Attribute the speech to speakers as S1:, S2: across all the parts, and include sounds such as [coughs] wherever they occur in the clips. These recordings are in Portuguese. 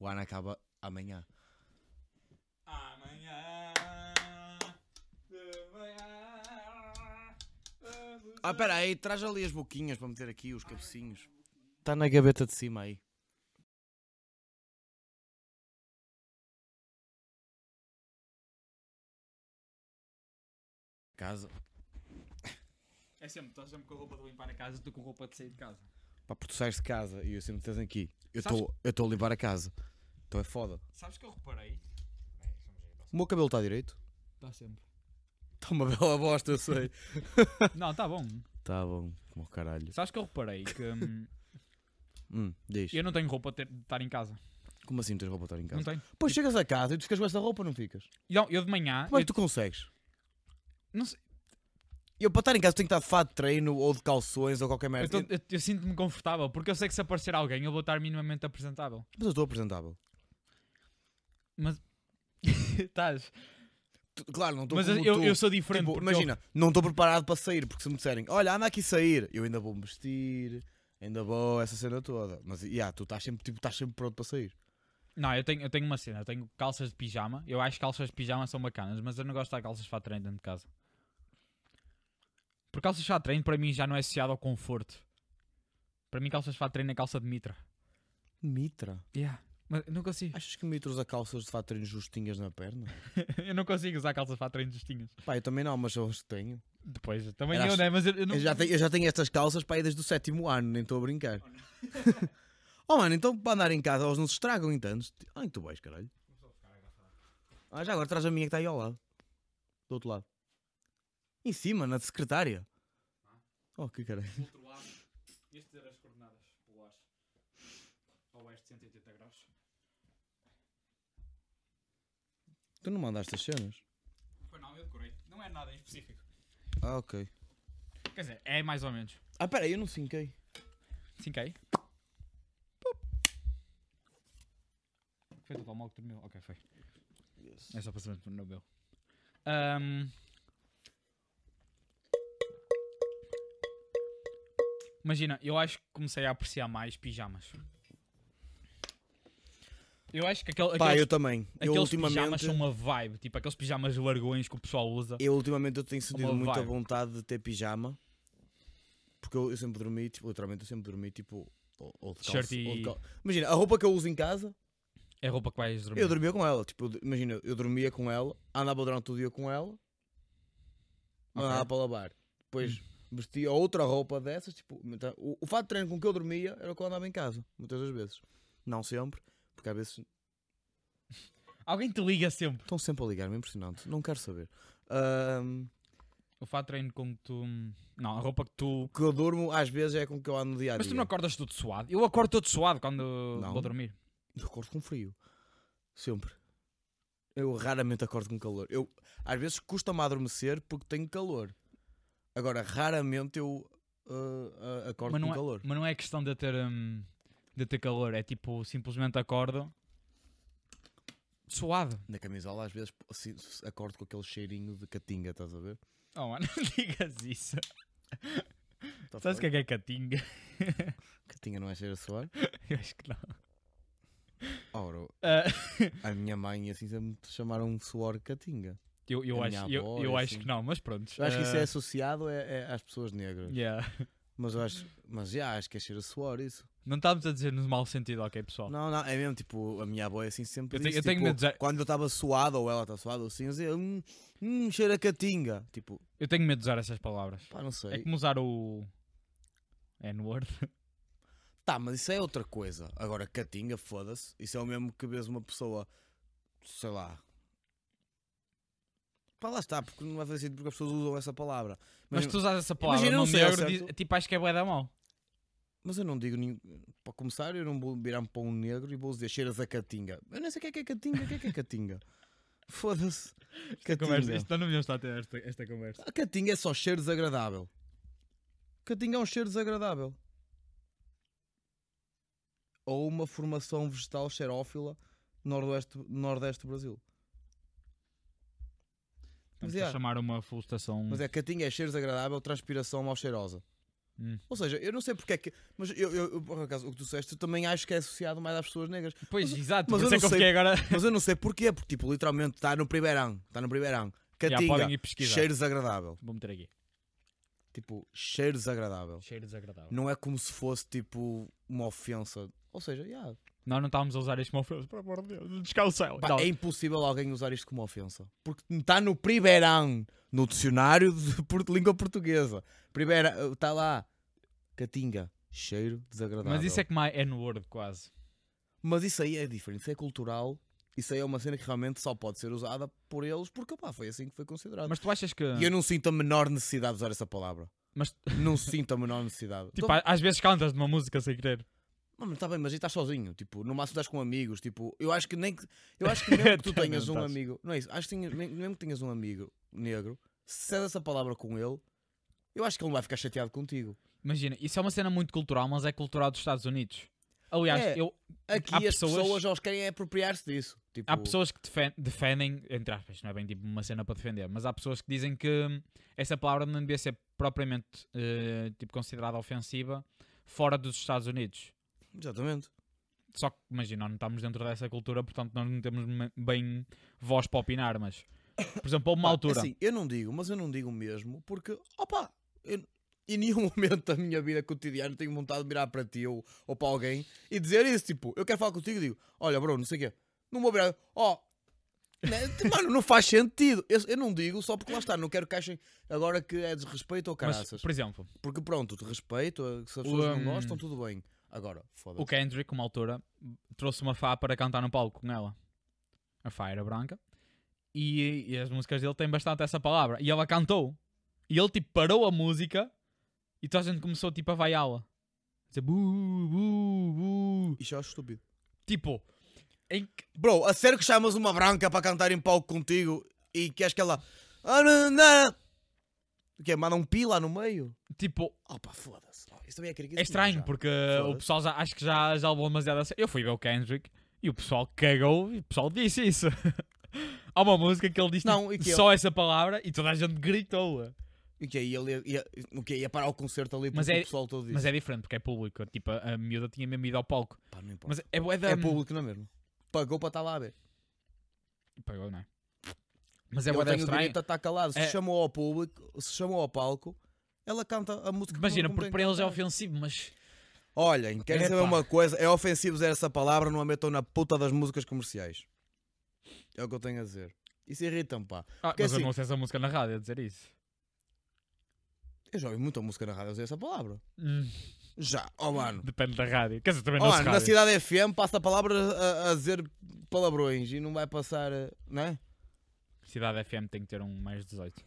S1: Cabana acaba amanhã.
S2: Amanhã. De manhã. vamos
S1: Ah,
S2: a-
S1: espera aí, traz ali as boquinhas para meter aqui os cabecinhos. Está Tá na gaveta de cima aí. Casa.
S2: É sempre, estás sempre com a roupa de limpar a casa, estou com roupa de sair de casa.
S1: Pá, porque tu sais de casa e eu sempre tens aqui. Eu
S2: Sabes-
S1: estou a limpar a casa. Então é foda.
S2: Sabes que eu reparei?
S1: O meu cabelo está [laughs] direito?
S2: Está Tá sempre.
S1: Está Tá uma bela bosta, eu sei.
S2: Não, está bom.
S1: Está Tá bom, como caralho.
S2: Sabes que eu reparei que hum,
S1: Hum, diz.
S2: eu não tenho roupa de ter- de estar em casa.
S1: Como assim não tens roupa para estar em
S2: Não
S1: casa?
S2: tenho.
S1: Pois chegas a casa e tu ficas com essa roupa, não ficas?
S2: Não, eu de manhã.
S1: Como é
S2: eu-
S1: que tu consegues?
S2: não sei,
S1: Eu para estar em casa tenho que estar de fato de treino ou de calções ou qualquer
S2: eu,
S1: merda.
S2: tô- eu- eu sinto-me confortável porque eu sei que se aparecer alguém eu vou estar minimamente apresentável.
S1: Mas eu estou apresentável.
S2: Mas. [laughs] Estás.
S1: Tu- Claro, não estou
S2: Mas
S1: como
S2: eu,
S1: tu.
S2: eu sou diferente.
S1: Tipo,
S2: porque eu-
S1: imagina, não estou preparado para sair, porque se me disserem, olha, anda aqui sair, eu ainda vou me vestir, ainda vou essa cena toda. Mas, yeah, tu estás sempre, tipo, estás sempre pronto para sair.
S2: Não, eu tenho, eu tenho uma cena. Eu tenho calças de pijama. Eu acho que calças de pijama são bacanas, mas eu não gosto de estar calças de fato de treino dentro de casa. Porque calças de fato de treino para mim já não é associado ao conforto. Para mim, calças de fato de treino é calça de mitra.
S1: Mitra?
S2: Yeah. Mas eu não consigo.
S1: Achas que Mitra usa calças de fato de treino justinhas na perna?
S2: [laughs] eu não consigo usar calças de fato de treino justinhas.
S1: Pá, eu também não, mas eu as tenho.
S2: Depois, também
S1: Era
S2: eu,
S1: as-
S2: né? Mas eu, eu não.
S1: Eu já tenho, eu já tenho estas calças para aí desde o sétimo ano, nem estou a brincar. [laughs] oh mano, então para andar em casa, elas não se estragam em tantos. Ai, tu vais, caralho. Ah, já agora traz a minha que está aí ao lado. Do outro lado. Em cima, na de secretária. Oh, que caralho.
S2: outro lado, este era as coordenadas polares. Ao oeste, 180 graus.
S1: Tu não mandaste as cenas?
S2: Foi não, eu decorei. Não é nada em específico.
S1: Ah, ok.
S2: Quer dizer, é mais ou menos.
S1: Ah, pera, eu não cinquei.
S2: 5K? Foi total mal que dormiu. Ok, foi. É só passamento no meu. Ahm. Imagina, eu acho que comecei a apreciar mais pijamas. Eu acho que aquele,
S1: Pá,
S2: aqueles,
S1: eu também. Eu
S2: aqueles pijamas
S1: ultimamente,
S2: são uma vibe. Tipo, aqueles pijamas largões que o pessoal usa.
S1: eu ultimamente eu tenho sentido
S2: Uma
S1: muita
S2: vibe.
S1: vontade de ter pijama. Porque eu, eu sempre dormi, tipo, literalmente eu sempre dormi, tipo, ou, ou de
S2: T-shirt
S1: calça. ou de
S2: e-
S1: cal- Imagina, a roupa que eu uso em casa,
S2: É a roupa que vais dormir.
S1: eu dormia com ela. Tipo, eu d- imagina, eu dormia com ela, andava durante o dia com ela, mandava
S2: Ok. Hum.
S1: para lavar. Depois vestia outra roupa dessas, tipo, então, o, o fato de treino com que eu dormia era o que eu andava em casa, muitas das vezes. Não sempre, porque às vezes
S2: Alguém te liga sempre.
S1: Estão sempre a ligar-me, é impressionante. Não quero saber. Ahm,
S2: O fato de treino com que tu. Não, a roupa que tu
S1: que eu durmo às vezes é com que eu ando no dia a
S2: Mas
S1: dia.
S2: tu não acordas todo suado? Eu acordo todo suado quando
S1: Não.
S2: vou dormir.
S1: Eu acordo com frio. Sempre. Eu raramente acordo com calor. Eu, às vezes custa-me a adormecer porque tenho calor. Agora, raramente eu ah, ah, acordo
S2: Mas
S1: com
S2: não, é,
S1: calor.
S2: mas não é questão de eu ter, hum, de eu ter calor, é tipo, simplesmente acordo suado.
S1: Na camisola, às vezes assim, acordo com aquele cheirinho de catinga, estás a ver?
S2: Oh, mano, [laughs] não digas isso.
S1: Tá
S2: Sabes o que
S1: feio?
S2: é que é catinga? [laughs]
S1: Catinga não é cheiro a suar?
S2: Eu acho que não.
S1: Ora,
S2: Ah,
S1: a minha mãe e assim sempre me chamaram de suor catinga.
S2: eu eu,
S1: A
S2: acho,
S1: minha avó
S2: eu,
S1: é
S2: eu acho
S1: assim.
S2: que não, mas pronto.
S1: Eu acho que isso é
S2: Ah,
S1: associado é- é às pessoas negras.
S2: yeah.
S1: Mas eu acho, mas já acho que é cheiro a suor isso.
S2: Não estamos a dizer no mau sentido, ok, pessoal?
S1: Não, não, é mesmo tipo, a minha avó é assim sempre.
S2: Eu tenho-
S1: disse,
S2: eu tenho
S1: tipo,
S2: medo de dizer-
S1: Quando eu estava suado ou ela está suada, ou assim, eu dizia, hum, hum, cheiro a catinga. Tipo,
S2: Eu tenho medo de usar essas palavras.
S1: pá, não
S2: É
S1: sei.
S2: como usar o. N-word.
S1: Tá, mas isso é outra coisa. Agora, catinga, foda-se. Isso é o mesmo que vês uma pessoa, sei lá. Pá, lá está, porque não vai fazer sentido porque as pessoas usam essa palavra.
S2: Mas
S1: Mas,
S2: tu usas essa palavra,
S1: Imagina,
S2: num
S1: não sei ao
S2: negro,
S1: certo.
S2: diz- tipo, acho que é bué da mal.
S1: mas eu não digo, nenhum- para começar, eu não vou virar-me para um negro e vou dizer cheiras a catinga. Eu nem sei o que é que é catinga, o que é que é catinga. [laughs] Foda-se.
S2: Conversa,
S1: Catinga.
S2: isto não devíamos estar a ter esta, esta conversa.
S1: A catinga é só cheiro desagradável. Catinga é um cheiro desagradável. Ou uma formação vegetal xerófila noroeste, nordeste do Brasil. Mas
S2: Estamos a
S1: é.
S2: chamar uma florestação.
S1: é Mas é catinga é cheiro desagradável, transpiração mal cheirosa.
S2: Hum.
S1: Ou seja, eu não sei porque é que. Mas eu, eu, eu, por acaso, o que tu disseste, eu também acho que é associado mais às pessoas negras.
S2: Pois, exato,
S1: mas eu
S2: mas por isso é
S1: não
S2: que eu
S1: sei-
S2: fiquei agora.
S1: Mas eu não sei porquê, porque tipo, literalmente está no primeirão. Está no primeirão.
S2: Já podem
S1: Catinga,
S2: ir pesquisar.
S1: cheiro desagradável.
S2: Vou meter aqui.
S1: Tipo, cheiro desagradável.
S2: Cheiro desagradável.
S1: Não é como se fosse tipo uma ofensa. Ou seja, yeah,
S2: Nós não estávamos a usar este como ofensa, pelo amor de Deus. Descalcel.
S1: pá, é impossível alguém usar isto como ofensa. Porque está no primeirão, no dicionário de [laughs] por- língua portuguesa. Primeira, está lá. Catinga, cheiro desagradável.
S2: Mas isso é que mais N-word quase.
S1: Mas isso aí é diferente, isso é cultural. Isso aí é uma cena que realmente só pode ser usada por eles porque opá, foi assim que foi considerado.
S2: Mas tu achas que.
S1: E eu não sinto a menor necessidade de usar essa palavra.
S2: Mas
S1: Não sinto a menor necessidade.
S2: [laughs] tipo,
S1: Tô-
S2: a- às vezes cantas de uma música sem querer.
S1: Não, mas está tá bem, mas aí estás sozinho. Tipo, no máximo estás com amigos. Tipo, eu acho que nem que, eu acho
S2: [laughs]
S1: que mesmo que tu
S2: Também
S1: tenhas um
S2: estás.
S1: amigo. Não é isso? Acho que tenhas- mesmo mesmo que tenhas um amigo negro, se cedes essa palavra com ele, eu acho que ele não vai ficar chateado contigo.
S2: Imagina, isso é uma cena muito cultural, mas é cultural dos Estados Unidos. Aliás,
S1: É.
S2: eu,
S1: Aqui
S2: Há
S1: as
S2: pessoas-
S1: pessoas, já os querem é apropriar-se disso. Tipo,
S2: há pessoas que defen- defendem, entre aspas, não é bem tipo uma cena para defender, mas há pessoas que dizem que hum, essa palavra não devia ser propriamente eh, tipo, considerada ofensiva fora dos Estados Unidos.
S1: Exatamente.
S2: Só que, imagina, não estamos dentro dessa cultura, portanto nós não temos me- bem voz para opinar, mas... Por exemplo, houve uma
S1: Pá,
S2: altura...
S1: Assim, eu não digo, mas eu não digo mesmo, porque, opa, eu, em nenhum [laughs] momento da minha vida cotidiana tenho vontade de virar para ti ou, ou para alguém e dizer isso. Tipo, eu quero falar contigo e digo, olha, Bruno, não sei o quê, não vou virar, ó. né, [laughs] Mano, não faz sentido. Eu, eu não digo só porque lá está, não quero que achem agora que é desrespeito ou
S2: mas,
S1: caraças.
S2: por exemplo,
S1: Porque pronto, de respeito, eh, se as pessoas
S2: hum,
S1: não gostam, tudo bem. Agora,
S2: o
S1: foda-se.
S2: Kendrick, uma altura, trouxe uma Fá para cantar no palco com ela. A Fá era branca. E, e as músicas dele têm bastante essa palavra. E ela cantou. E ele tipo parou a música e toda a gente começou tipo a vaiá-la. Tipo, Dizer bu, bu, bu.
S1: Isso eu acho estúpido.
S2: Tipo, em que-
S1: Bro, a sério que chamas uma branca para cantar em palco contigo e queres que ela. Ah, não, não, não. O quê? Manda um pi lá no meio?
S2: tipo
S1: Oh pá, foda-se. Oh, isso também é caricatura,
S2: é estranho
S1: já.
S2: porque o
S1: Foda-se.
S2: pessoal já, acho que já, já levou demasiado a sério. Eu fui ver o Kendrick e o pessoal cagou e o pessoal disse isso. [laughs] Há uma música que ele diz tipo,
S1: Não, e que
S2: só essa palavra e toda a gente gritou.
S1: E que aí ele ia, ia, o quê? ia parar o concerto ali
S2: Mas
S1: porque
S2: é-
S1: o pessoal todo diz.
S2: Mas é diferente porque é público. Tipo, a, a miúda tinha mesmo ido ao palco.
S1: Pá, não importa.
S2: Mas é bué da.
S1: é público, não é mesmo? Pagou para estar lá a ver.
S2: Pagou, não é? Mas é
S1: Ele
S2: bué da
S1: tem o
S2: estranha.
S1: direito a estar calado. Se
S2: É-
S1: chamou ao público, se chamou ao palco, ela canta a música. que
S2: Imagina,
S1: não convém
S2: porque para eles é
S1: cantar.
S2: ofensivo, mas.
S1: Olhem, querem saber
S2: Epá.
S1: uma coisa? É ofensivo dizer essa palavra, não a metam na puta das músicas comerciais. É o que eu tenho a dizer. Isso irrita-me, pá.
S2: Ah,
S1: Porque
S2: mas eu
S1: assim-
S2: não sei essa música na rádio a dizer isso.
S1: Eu já ouvi muita música na rádio a dizer essa palavra. Já, oh mano.
S2: [laughs] Depende da rádio. Quer dizer, também
S1: Oh,
S2: não se
S1: mano, Hum. na
S2: é rádio.
S1: cidade FM passa a palavra a, a dizer palavrões e não vai passar, eh, né?
S2: Cidade FM tem que ter um mais 18.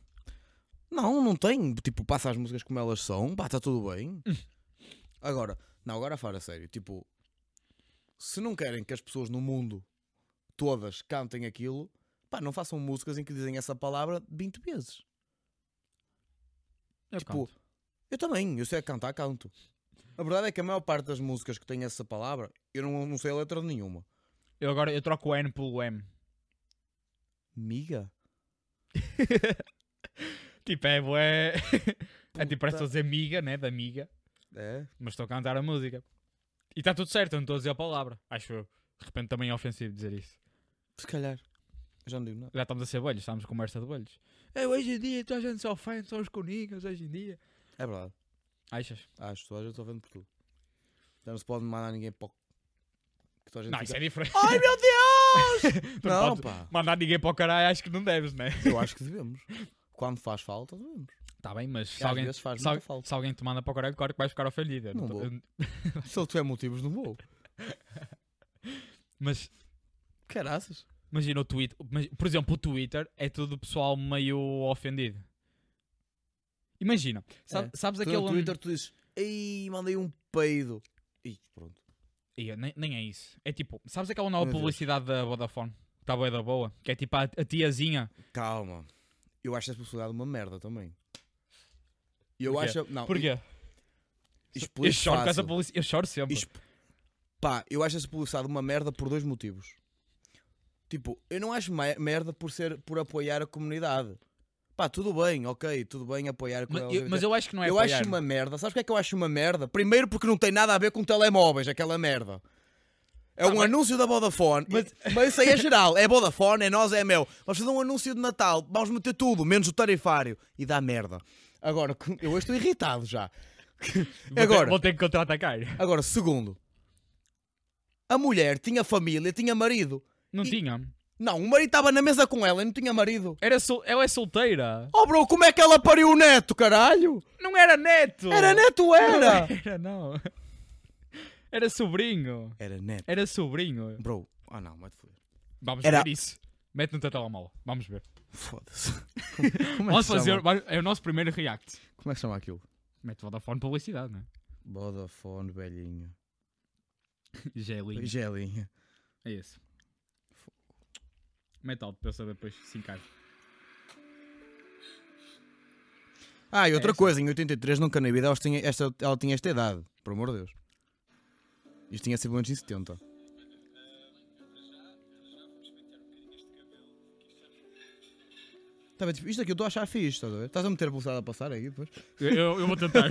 S1: Não, não tem. Tipo, passa as músicas como elas são, pá, está tudo bem.
S2: [laughs]
S1: Agora, não, agora fora sério. Tipo, se não querem que as pessoas no mundo todas cantem aquilo, pá, não façam músicas em que dizem essa palavra 20 vezes.
S2: Eu
S1: Tipo,
S2: canto.
S1: eu também, eu sei cantar, canto. A verdade é que a maior parte das músicas que tem essa palavra, eu não, não sei a letra de nenhuma.
S2: Eu agora eu troco o N pelo M.
S1: Miga?
S2: Tipo, é bué. [laughs] é tipo,
S1: Puta.
S2: parece que estou a dizer amiga, né? Da amiga.
S1: É?
S2: Mas estou a cantar a música. E está tudo certo, eu não estou a dizer a palavra. Acho eu. De repente também é ofensivo dizer isso.
S1: Se calhar. Eu já não digo nada.
S2: Já estamos a ser bolhos, estamos com conversa de bolhos. É, hoje em dia toda a gente se ofende, são os coninhos hoje em dia.
S1: É verdade. Ah,
S2: Achas?
S1: Acho, toda a gente está vendo por tudo. Já não se pode mandar ninguém para o... Que toda a gente
S2: Não, isso
S1: fica-
S2: é [laughs] diferente.
S1: Ai meu Deus!
S2: Tu
S1: não,
S2: podes
S1: pá.
S2: Mandar ninguém para o caralho, acho que não deves, né?
S1: Eu acho que devemos. Quando faz falta, devemos.
S2: Está Tá bem, mas
S1: Que
S2: se
S1: às
S2: alguém,
S1: vezes faz
S2: se, al-
S1: muita falta.
S2: se alguém te manda para o caralho, claro que vais ficar ofendido. Eu
S1: Não
S2: tô-
S1: vou.
S2: eu-
S1: Se ele tiver motivos, não vou.
S2: Mas
S1: Caraças.
S2: imagina o Twitter. mas, Por exemplo, o Twitter é todo o pessoal meio ofendido. Imagina, sabe-
S1: É.
S2: sabes
S1: Tu
S2: aquele.
S1: no Twitter tu dizes, ei, mandei um peido. E pronto.
S2: Ih, nem, nem é isso. É tipo, sabes aquela nova
S1: Meu Deus.
S2: publicidade da Vodafone? Está boa da boa. Que é tipo a, a tiazinha.
S1: Calma. Eu acho essa possibilidade uma merda também. Eu
S2: Porquê?
S1: acho. Não,
S2: Porquê?
S1: e-
S2: Eu
S1: explico
S2: choro com essa
S1: fácil.
S2: publicidade. Eu choro sempre.
S1: Exp- Pá, eu acho essa publicidade uma merda por dois motivos. Tipo, eu não acho me- merda por ser por apoiar a comunidade. Pá, tudo bem, ok, tudo bem apoiar. com
S2: Mas
S1: a
S2: eu, mas
S1: LGBT.
S2: eu acho que não é
S1: eu
S2: apoiar.
S1: acho uma merda. Sabes o que é que eu acho uma merda? Primeiro porque não tem nada a ver com telemóveis, aquela merda. É
S2: Tá
S1: um
S2: bem.
S1: anúncio da Vodafone, mas...
S2: Mas-
S1: mas isso aí é geral. É Vodafone, é nós, é meu. Vamos fazer um anúncio de Natal, vamos meter tudo, menos o tarifário. E dá merda. Agora, eu hoje estou irritado já.
S2: [laughs] Vou ter-
S1: Agora.
S2: Vou ter que contra-atacar.
S1: Agora, segundo, a mulher tinha família, tinha marido.
S2: Não
S1: E-
S2: tinha.
S1: Não, o marido estava na mesa com ela e não tinha marido.
S2: Era sol... Ela é solteira.
S1: Oh, bro, como é que ela pariu o neto, caralho?
S2: Não era neto!
S1: Era neto, era!
S2: Não [laughs] era, não. Era sobrinho.
S1: Era neto.
S2: Era sobrinho.
S1: Bro, ah não, mas foi.
S2: Vamos
S1: Era-
S2: ver isso. Mete no teu telemóvel. Vamos ver.
S1: Foda-se.
S2: [laughs] Vamos fazer.
S1: Chama?
S2: vai- É o nosso primeiro react.
S1: Como é que chama aquilo?
S2: Mete Vodafone publicidade, [laughs] né?
S1: Vodafone, velhinho.
S2: Gelinho.
S1: Gelinha.
S2: É esse. Mete alto para eu saber depois se encaixa.
S1: Ah, e outra
S2: essa.
S1: coisa, em 83 nunca na vida elas tinham esta, ela tinha esta idade, por amor de Deus. Isto tinha sido menos em 70. Tá bem, tipo, isto aqui eu estou a achar fixe, estás a ver? Estás a meter a pulsada a passar aí depois?
S2: Eu, eu- eu
S1: [laughs]
S2: vou tentar.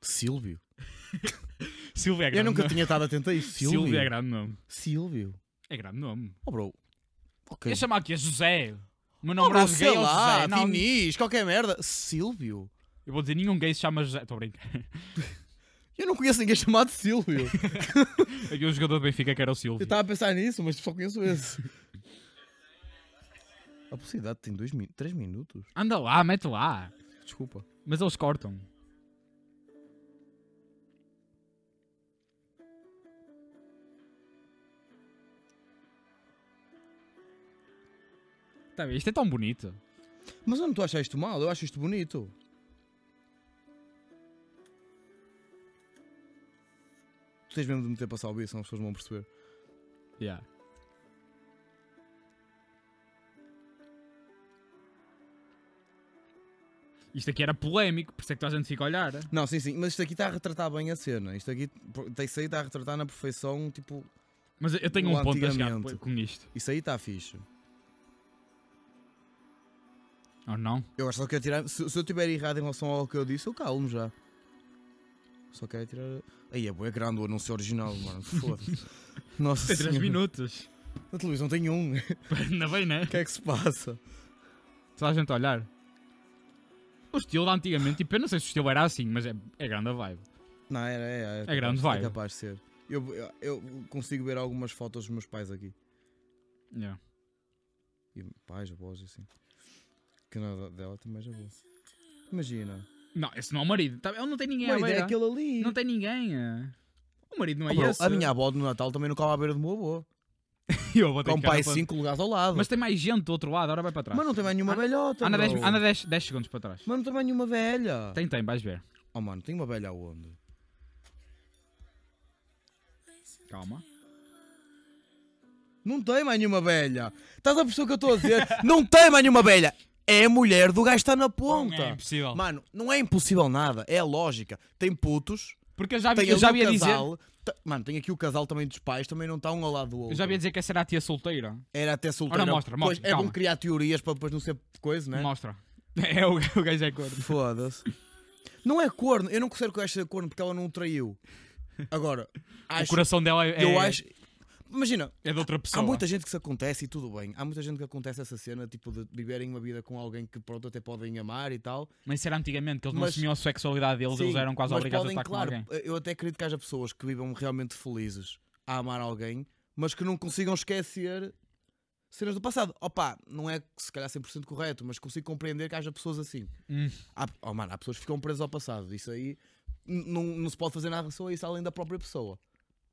S1: Silvio.
S2: Silvia é grande.
S1: Eu nunca
S2: nome.
S1: tinha estado atento a isso. Silvio.
S2: Silvia é grande nome.
S1: Silvio.
S2: É grande nome.
S1: Oh, bro. Ok.
S2: Eu chamar aqui a José. O meu
S1: Oh,
S2: nome
S1: bro,
S2: é gay
S1: sei
S2: é o José.
S1: lá,
S2: Não,
S1: Diniz, qualquer merda. Silvio.
S2: eu vou dizer, nenhum gay se chama José. Estou a brincar.
S1: Eu não conheço ninguém [laughs] chamado Silvio.
S2: Aqui o jogador do Benfica que era o
S1: Eu
S2: Silvio.
S1: estava a pensar nisso, mas só conheço esse. [laughs] A possibilidade tem 3 minutos?
S2: Anda lá, mete lá.
S1: Desculpa.
S2: Mas eles cortam. Tá bem, isto é tão bonito.
S1: Mas eu não estou a achar isto mal, eu acho isto bonito. Tu tens mesmo de meter para salvar, senão as pessoas não vão perceber.
S2: Yeah. Isto aqui era polémico, por isso é que toda a gente fica a olhar.
S1: Não, sim, sim, mas isto aqui está a retratar bem a cena. Isto aqui, por- isso aí está a retratar na perfeição, tipo,
S2: Mas eu- eu tenho
S1: O
S2: um ponto a chegar
S1: antigamente.
S2: com isto.
S1: isso aí está fixe.
S2: Ou não?
S1: Eu acho que só quero tirar. Se, se eu estiver errado em relação ao que eu disse, eu calmo já. Só quero tirar. Aí é boa, é grande o anúncio original, mano. [laughs] Foda-se. Nossa
S2: Tem 3
S1: senhora.
S2: minutos. [laughs]
S1: Na televisão tem um. [laughs] O
S2: Ainda bem, né?
S1: que é que se passa?
S2: Toda a gente a olhar. O estilo de antigamente, tipo, eu não sei se o estilo era assim, mas é, é grande a vibe.
S1: Não, era, é. É, capaz-
S2: grande vibe.
S1: É capaz de ser. Eu, eu, eu consigo ver algumas fotos dos meus pais aqui.
S2: Yeah.
S1: E pais, avós e assim. Que na dela também já vou. Imagina.
S2: Não, esse não é o marido. Tá- Ele não tem ninguém
S1: Mãe,
S2: à beira.
S1: é aquele ali.
S2: Não tem ninguém. é. O marido não
S1: Oh,
S2: é
S1: bro,
S2: esse.
S1: a
S2: [laughs]
S1: minha avó no Natal também não cava à beira do meu avô.
S2: Eu vou ter
S1: Com
S2: que ficar
S1: pai
S2: na-
S1: cinco lugares ao lado.
S2: Mas
S1: Mas,
S2: tem mais gente do outro lado, agora vai para trás.
S1: não tem mais nenhuma
S2: Anda-
S1: velhota.
S2: Anda 10
S1: bro.
S2: anda 10, 10 segundos para trás.
S1: Mas não tem mais nenhuma velha.
S2: Tem, tem, vais ver.
S1: Oh mano, tem uma velha aonde?
S2: Calma.
S1: Não tem mais nenhuma velha. Estás a perceber o que eu estou a
S2: [laughs]
S1: dizer? não tem mais nenhuma velha. É a mulher do gajo que está na ponta.
S2: É impossível.
S1: Mano, não é impossível nada. É a lógica. Tem putos.
S2: Porque eu já, vi-
S1: Tem
S2: eu
S1: ali
S2: já
S1: o
S2: ia dizer.
S1: casal. ta- Mano, tem aqui o casal também dos pais. Também não está um ao lado do outro.
S2: Eu já ia dizer que essa era a tia solteira.
S1: Era até solteiro.
S2: Ora, mostra, mostra,
S1: É bom
S2: calma.
S1: criar teorias para depois não ser coisa, né?
S2: Mostra. [laughs] É o, o gajo é
S1: [laughs]
S2: gordo.
S1: Foda-se. Não é corno. Eu não considero que o gajo seja corno porque ela não o traiu. Agora,
S2: O
S1: acho,
S2: coração dela é,
S1: eu acho... Imagina,
S2: é de outra pessoa.
S1: Há muita gente que se acontece e tudo bem. Há muita gente que acontece essa cena, tipo, de viverem uma vida com alguém que, pronto, até podem amar e tal.
S2: Mas isso era antigamente, que eles não
S1: Mas-
S2: assumiam a sexualidade deles, eles
S1: Sim,
S2: eram quase
S1: mas
S2: obrigados
S1: podem,
S2: a estar
S1: claro,
S2: com alguém.
S1: Eu até acredito que haja pessoas que vivam realmente felizes a amar alguém, mas que não consigam esquecer cenas do passado. Opa, não é se calhar 100% correto, mas consigo compreender que haja pessoas assim.
S2: Hum.
S1: Há, oh, mano, há pessoas que ficam presas ao passado. Isso aí n- não, não se pode fazer nada só isso além da própria pessoa.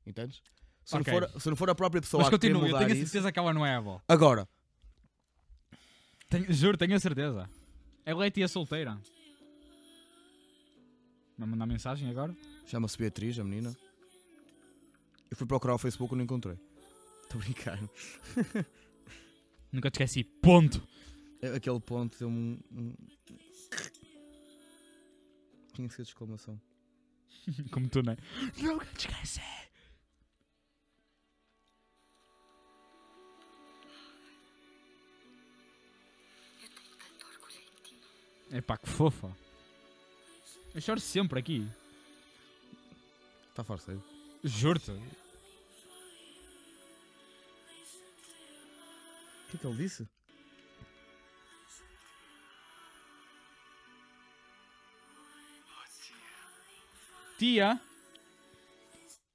S1: Entendes? Se,
S2: Ok.
S1: não, for, se não for a própria pessoa
S2: Mas
S1: a querer
S2: continua, eu
S1: mudar
S2: tenho a
S1: isso...
S2: certeza que ela não é avó.
S1: Agora,
S2: Tenho- juro, tenho a certeza. Ela é tia solteira. Vai mandar mensagem agora?
S1: Chama-se Beatriz, a menina. Eu fui procurar o Facebook e não encontrei. [laughs] Estou a brincar.
S2: Nunca te esqueci. Ponto. [laughs]
S1: É, Aquele ponto deu-me um, um. Tinha que ser de exclamação.
S2: Como tu, né? Nunca te esqueci. Epá, que fofa. Eu choro sempre aqui.
S1: Está forceiro.
S2: Juro-te.
S1: O que é que ele disse?
S2: Tia.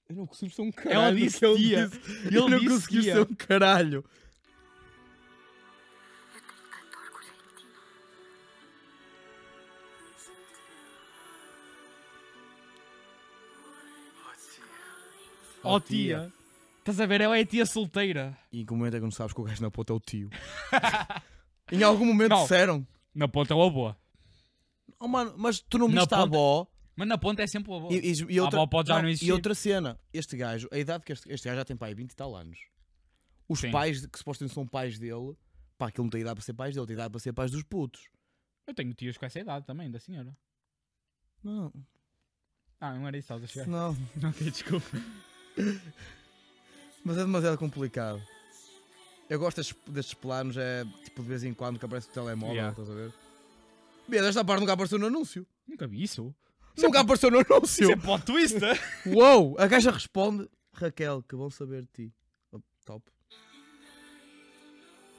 S1: Eu não consigo ser um caralho.
S2: Ela disse
S1: ele
S2: tia.
S1: disse.
S2: Ele
S1: Eu não
S2: disse
S1: consegui
S2: tia.
S1: ser um caralho.
S2: Oh, tia. Estás a ver? Ela é a tia solteira.
S1: E em que momento é que não sabes que o gajo na ponta é o tio? [laughs] em algum momento
S2: Não.
S1: disseram.
S2: Na ponta é o avô.
S1: Oh mano, mas tu não
S2: Na
S1: viste a
S2: ponta-
S1: avó
S2: Mas na ponta é sempre o avô.
S1: e, e- e
S2: A
S1: outra,
S2: avó pode já não existir.
S1: e outra cena. Este gajo, a idade que este, este gajo já tem pai, 20 e tal anos. Os
S2: Sim.
S1: pais de- que supostamente são pais dele, pá, que ele não tem idade para ser pais dele, tem idade para ser pais dos putos.
S2: Eu tenho tios com essa idade também, da senhora.
S1: Não,
S2: Ah, não era isso, estás a [laughs] chegar.
S1: não.
S2: Ok, desculpa.
S1: Mas é demasiado complicado. Eu gosto destes, destes planos, é tipo de vez em quando que aparece o telemóvel,
S2: Yeah.
S1: estás a ver? Bia, desta parte nunca apareceu no anúncio.
S2: Nunca vi isso.
S1: nunca apareceu
S2: [laughs]
S1: no anúncio.
S2: Isso é plot twist. eh?
S1: Uou! A gaja responde: Raquel, que bom saber de ti. Oh, top.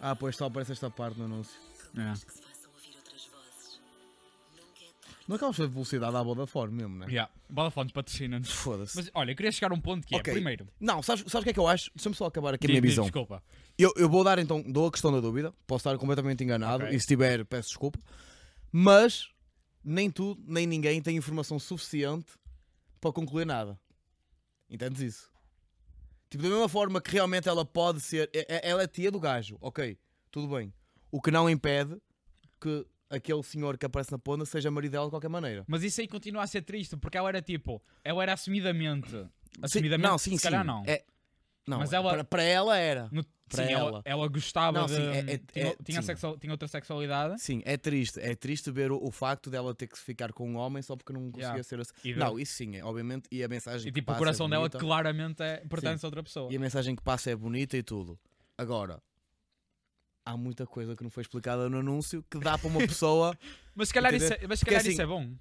S1: Ah, pois só aparece esta parte no anúncio.
S2: é.
S1: Não acabas de velocidade à Vodafone mesmo, né?
S2: Yeah. Balafones patrocina-nos.
S1: Foda-se.
S2: Mas olha, eu queria chegar a um ponto que é,
S1: Ok.
S2: primeiro.
S1: Não, sabes, sabes o que é que eu acho? Deixa-me só acabar aqui a
S2: Diz-
S1: minha
S2: diz,
S1: visão.
S2: Desculpa.
S1: Eu, eu vou dar então, dou a questão da dúvida, posso estar completamente enganado
S2: Ok.
S1: e se tiver, peço desculpa, mas nem tu, nem ninguém tem informação suficiente para concluir nada. Entendes isso? Tipo, da mesma forma que realmente ela pode ser, é- é- ela é tia do gajo, ok, tudo bem. O que não impede que aquele senhor que aparece na ponta seja marido dela de qualquer maneira.
S2: Mas isso aí continua a ser triste, porque ela era tipo, ela era assumidamente.
S1: Sim,
S2: Assumidamente,
S1: não, sim,
S2: se calhar
S1: sim.
S2: não.
S1: É- não,
S2: Mas ela-
S1: para, para ela era.
S2: No-
S1: Pra
S2: sim,
S1: ela.
S2: ela, ela gostava
S1: Não,
S2: de.
S1: sim, é- é-
S2: tinha,
S1: é-
S2: tinha
S1: sim.
S2: sexual- tinha outra sexualidade.
S1: Sim, é triste. É triste ver o, o facto dela ter que se ficar com um homem só porque não conseguia
S2: Yeah.
S1: ser assim.
S2: E,
S1: Não, isso sim, é, obviamente. E a mensagem
S2: e
S1: que
S2: tipo,
S1: passa
S2: o coração
S1: é
S2: dela
S1: bonita,
S2: claramente é, pertence a outra pessoa.
S1: E a mensagem que passa é bonita e tudo. Agora, há muita coisa que não foi explicada no anúncio que dá para uma
S2: [laughs]
S1: pessoa.
S2: Mas se calhar, isso
S1: Entendeu?
S2: é, mas se
S1: Porque
S2: calhar
S1: assim-
S2: isso é bom.